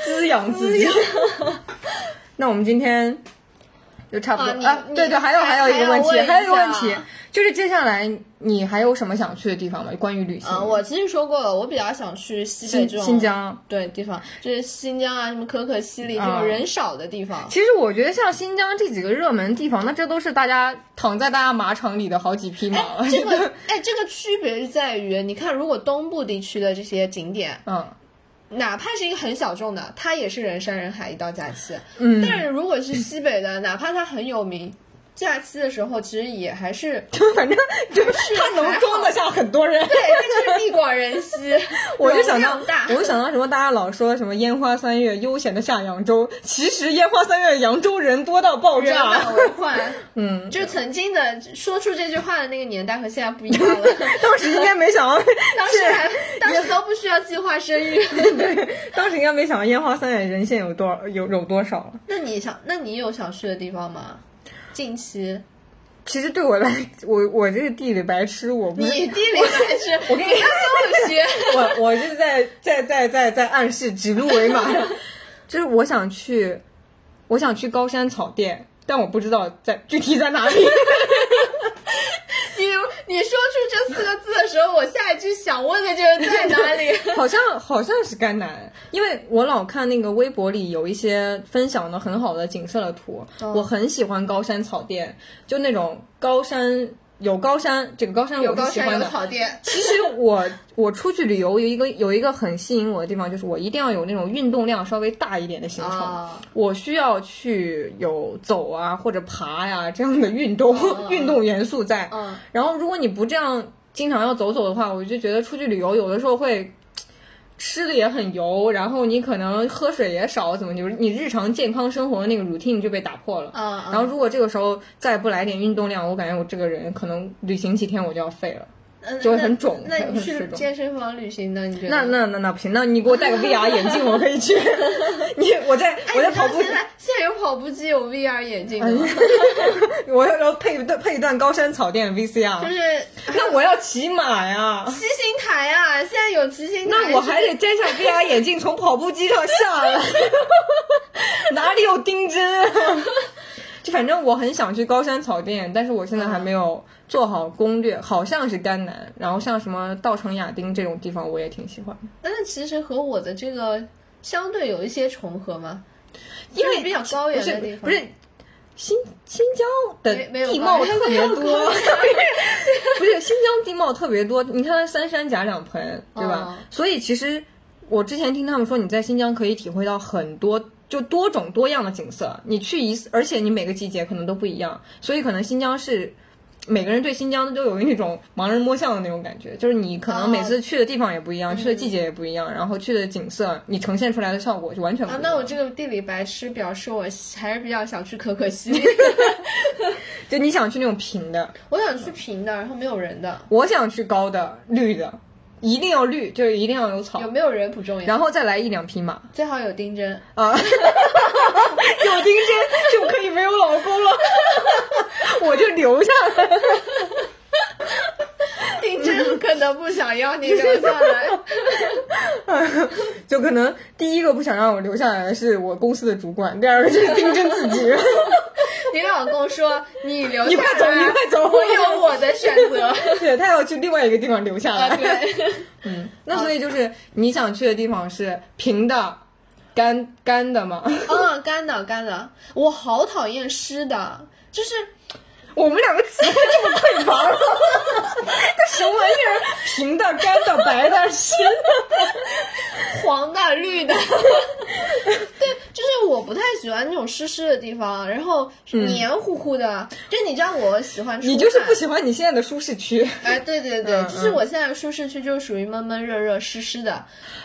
Speaker 2: 滋养自己。那我们今天就差不
Speaker 1: 啊你
Speaker 2: 多啊。
Speaker 1: 你
Speaker 2: 对对，还有
Speaker 1: 还
Speaker 2: 有一个问
Speaker 1: 还要
Speaker 2: 题，
Speaker 1: 问一
Speaker 2: 还有一个问题
Speaker 1: 下
Speaker 2: 就是接下来你还有什么想去的地方吗？关于旅行，
Speaker 1: 嗯，我其实说过了，我比较想去西北
Speaker 2: 新
Speaker 1: 这种
Speaker 2: 新疆。
Speaker 1: 对地方，就是新疆啊，什么可可西里这种
Speaker 2: 啊
Speaker 1: 人少的地方。
Speaker 2: 其实我觉得像新疆这几个热门地方，那这都是大家躺在大家马场里的好几匹马了。
Speaker 1: 这个哎，这个区别是在于，你看，如果东部地区的这些景点，
Speaker 2: 嗯
Speaker 1: 哪怕是一个很小众的，它也是人山人海，一到假期。
Speaker 2: 嗯，
Speaker 1: 但是如果是西北的，哪怕它很有名，假期的时候其实也还是
Speaker 2: 反正就是他
Speaker 1: 还
Speaker 2: 能
Speaker 1: 好
Speaker 2: 装得下很多人。
Speaker 1: 对，它就是地广人稀，
Speaker 2: 我就
Speaker 1: 容
Speaker 2: 想到
Speaker 1: 量大，
Speaker 2: 我。就想到什么，大家老说什么烟花三月悠闲的下扬州，其实烟花三月扬州人多到爆
Speaker 1: 人
Speaker 2: 炸。
Speaker 1: 满为患，
Speaker 2: 啊嗯，
Speaker 1: 就曾经的说出这句话的那个年代和现在不一样 了。
Speaker 2: 当时应该没想到，
Speaker 1: 当时还当时都不需要计划生育。
Speaker 2: 当时应该没想到烟花三月人现有多少有有多少。
Speaker 1: 那你想，那你有想去的地方吗？近期
Speaker 2: 其实对我来，我我这个地理白痴，我不
Speaker 1: 你
Speaker 2: 是
Speaker 1: 地理还 是我
Speaker 2: 跟你
Speaker 1: 数学，
Speaker 2: 我我是在在在在在暗示指鹿为马，就是我想去，我想去高山草甸，但我不知道在具体在哪里。
Speaker 1: 你你说出这四个字的时候，我下一句想问的就是在哪 里？
Speaker 2: 好像好像是甘南，因为我老看那个微博里有一些分享的很好的景色的图，
Speaker 1: 哦
Speaker 2: 我很喜欢高山草甸，就那种高山有高山，这个高山
Speaker 1: 有
Speaker 2: 我
Speaker 1: 高
Speaker 2: 是喜
Speaker 1: 山
Speaker 2: 欢
Speaker 1: 有
Speaker 2: 的。
Speaker 1: 草甸，
Speaker 2: 其实我我出去旅游有一个有一个很吸引我的地方，就是我一定要有那种运动量稍微大一点的行程，
Speaker 1: 啊
Speaker 2: 我需要去有走啊或者爬呀、这样的运动、 运动元素在。
Speaker 1: 嗯
Speaker 2: 然后如果你不这样经常要走走的话，我就觉得出去旅游有的时候会。嘖吃的也很油，然后你可能喝水也少，怎么就是你日常健康生活的那个 routine 就被打破了。
Speaker 1: 嗯嗯
Speaker 2: 然后如果这个时候再不来点运动量，我感觉我这个人可能旅行几天我就要废了。
Speaker 1: 嗯
Speaker 2: 就会很肿
Speaker 1: 那 那你
Speaker 2: 很
Speaker 1: 去
Speaker 2: 水肿
Speaker 1: 健身房旅行呢？你觉得？
Speaker 2: 那那那那不行，那你给我戴个 VR 眼镜，我可以去。 你我在我在
Speaker 1: 哎
Speaker 2: 跑步哎
Speaker 1: 你知道，现在现在有跑步机，有 VR 眼镜的吗，
Speaker 2: 我要要配一段配一段高山草甸
Speaker 1: 就
Speaker 2: VCR。
Speaker 1: 是
Speaker 2: 那我要骑马呀，
Speaker 1: 骑行台啊，现在有骑行台。
Speaker 2: 那我还得摘下 VR 眼镜从跑步机上 下来，哪里有钉针啊？ 就反正我很想去高山草甸，但是我现在还没有做好攻略，好像是甘南，然后像什么稻城亚丁这种地方我也挺喜欢的，
Speaker 1: 那其实和我的这个相对有一些重合嘛，
Speaker 2: 因
Speaker 1: 就是
Speaker 2: 为
Speaker 1: 比较高
Speaker 2: 不
Speaker 1: 原
Speaker 2: 是
Speaker 1: 的地方，
Speaker 2: 不是新新疆的
Speaker 1: 没没有
Speaker 2: 地貌
Speaker 1: 吧
Speaker 2: 特别
Speaker 1: 没有
Speaker 2: 多， 不是新疆地貌特别多。你看它三山夹两盆，对吧？
Speaker 1: 哦
Speaker 2: 所以其实我之前听他们说，你在新疆可以体会到很多。就多种多样的景色，你去一次，而且你每个季节可能都不一样，所以可能新疆是每个人对新疆都有那种盲人摸象的那种感觉，就是你可能每
Speaker 1: 哦
Speaker 2: 次去的地方也不
Speaker 1: 嗯
Speaker 2: 一样，去的季节也不一样，然后去的景色，你呈现出来的效果就完全不
Speaker 1: 啊
Speaker 2: 一样。，
Speaker 1: 那我这个地理白痴表示我还是比较想去可可西 里，
Speaker 2: 就你想去那种平的，
Speaker 1: 我想去平的，然后没有人的，
Speaker 2: 我想去高的、绿的，一定要绿，就是一定要有草
Speaker 1: 有，没有人不重要，
Speaker 2: 然后再来一两匹马
Speaker 1: 最好有丁真。
Speaker 2: 啊，有丁真就可以没有老公了， 我就留下来。
Speaker 1: 丁真可能不想要你留下来，
Speaker 2: 就可能第一个不想让我留下来的是我公司的主管，第二个就是丁真自 己。
Speaker 1: 你老公说你留
Speaker 2: 你
Speaker 1: 下
Speaker 2: 快走，
Speaker 1: 来，
Speaker 2: 你快走，
Speaker 1: 我有我的选 择。
Speaker 2: 对他要去另外一个地方留下
Speaker 1: 啊，
Speaker 2: 来。
Speaker 1: 对，
Speaker 2: 那所以就是你想去的地方是平的、干干的吗？
Speaker 1: 嗯，干的干的，我好讨厌湿的，就是
Speaker 2: 我们两个词汇这么匮乏吗？这什么玩意儿？平的、干的、白的、湿的，
Speaker 1: 黄的、绿的， 对，就是我不太喜欢那种湿湿的地方，然后黏糊糊的。就你知道我喜欢出
Speaker 2: 嗯你就是
Speaker 1: 汗
Speaker 2: 不喜欢你现在的舒适区。
Speaker 1: 哎，对对对，
Speaker 2: 嗯
Speaker 1: 就是我现在舒适区就属于闷闷热热、湿湿的，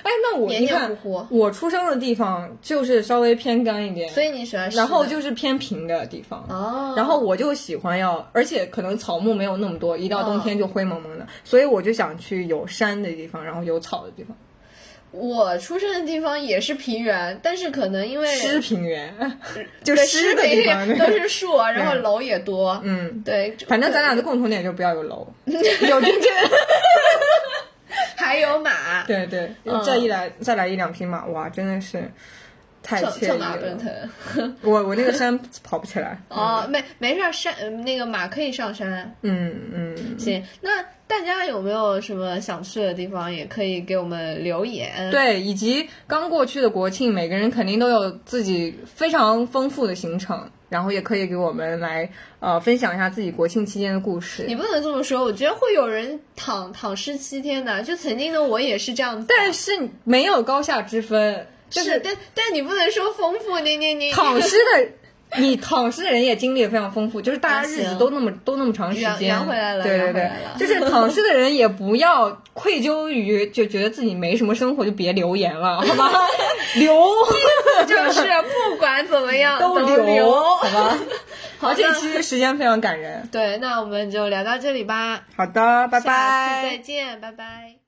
Speaker 2: 哎，那我
Speaker 1: 黏
Speaker 2: 你
Speaker 1: 黏
Speaker 2: 看
Speaker 1: 糊糊，
Speaker 2: 我出生的地方就是稍微偏干一点，
Speaker 1: 所以你喜欢湿的。
Speaker 2: 然后就是偏平的地方。
Speaker 1: 哦，
Speaker 2: 然后我就喜欢要，而且可能草木没有那么多，一到冬天就灰蒙
Speaker 1: 哦
Speaker 2: 蒙的，所以我就想去有山的地方，然后有草的地方，
Speaker 1: 我出生的地方也是平原，但是可能因为
Speaker 2: 湿平原， 就
Speaker 1: 对
Speaker 2: 湿
Speaker 1: 湿
Speaker 2: 的
Speaker 1: 平
Speaker 2: 地方。
Speaker 1: 原
Speaker 2: 对
Speaker 1: 都是树，啊然后
Speaker 2: 对
Speaker 1: 楼也多。
Speaker 2: 嗯，
Speaker 1: 对，就
Speaker 2: 反正咱俩的共同点就不要 有楼，有丁真。
Speaker 1: 还有马，
Speaker 2: 对对
Speaker 1: 嗯，
Speaker 2: 嗯再一来再来一两匹马，哇，真的是太
Speaker 1: 策
Speaker 2: 惬
Speaker 1: 策
Speaker 2: 意
Speaker 1: 马奔
Speaker 2: 了。
Speaker 1: 腾。
Speaker 2: 我我那个山跑不起 来。
Speaker 1: 哦，没没事儿，山嗯那个马可以上山。
Speaker 2: 嗯嗯，
Speaker 1: 行，那大家有没有什么想去的地方，也可以给我们留言。，
Speaker 2: 对，以及刚过去的国庆，每个人肯定都有自己非常丰富的行程，然后也可以给我们来呃分享一下自己国庆期间的故事。
Speaker 1: 你不能这么说，我觉得会有人躺躺尸七天的。就曾经的我也是这样子，，
Speaker 2: 但是没有高下之分，就是
Speaker 1: 但但你不能说丰富，你你你
Speaker 2: 躺尸的，你躺尸的人也经历也非常丰富，就是大家日子
Speaker 1: 啊行
Speaker 2: 都那么都那么长时
Speaker 1: 圆
Speaker 2: 间，
Speaker 1: 圆回来了
Speaker 2: 对对
Speaker 1: 圆回
Speaker 2: 对
Speaker 1: 来了，
Speaker 2: 就是躺尸的人也不要愧疚于就觉得自己没什么生活就别留言了，好吧？ 留
Speaker 1: 就是不管怎么样
Speaker 2: 都
Speaker 1: 留。
Speaker 2: 留，好 吧？好，这
Speaker 1: 那
Speaker 2: 期时间非常感人，
Speaker 1: 对，那我们就聊到这里吧，
Speaker 2: 好的，拜拜，
Speaker 1: 下次再见，拜拜。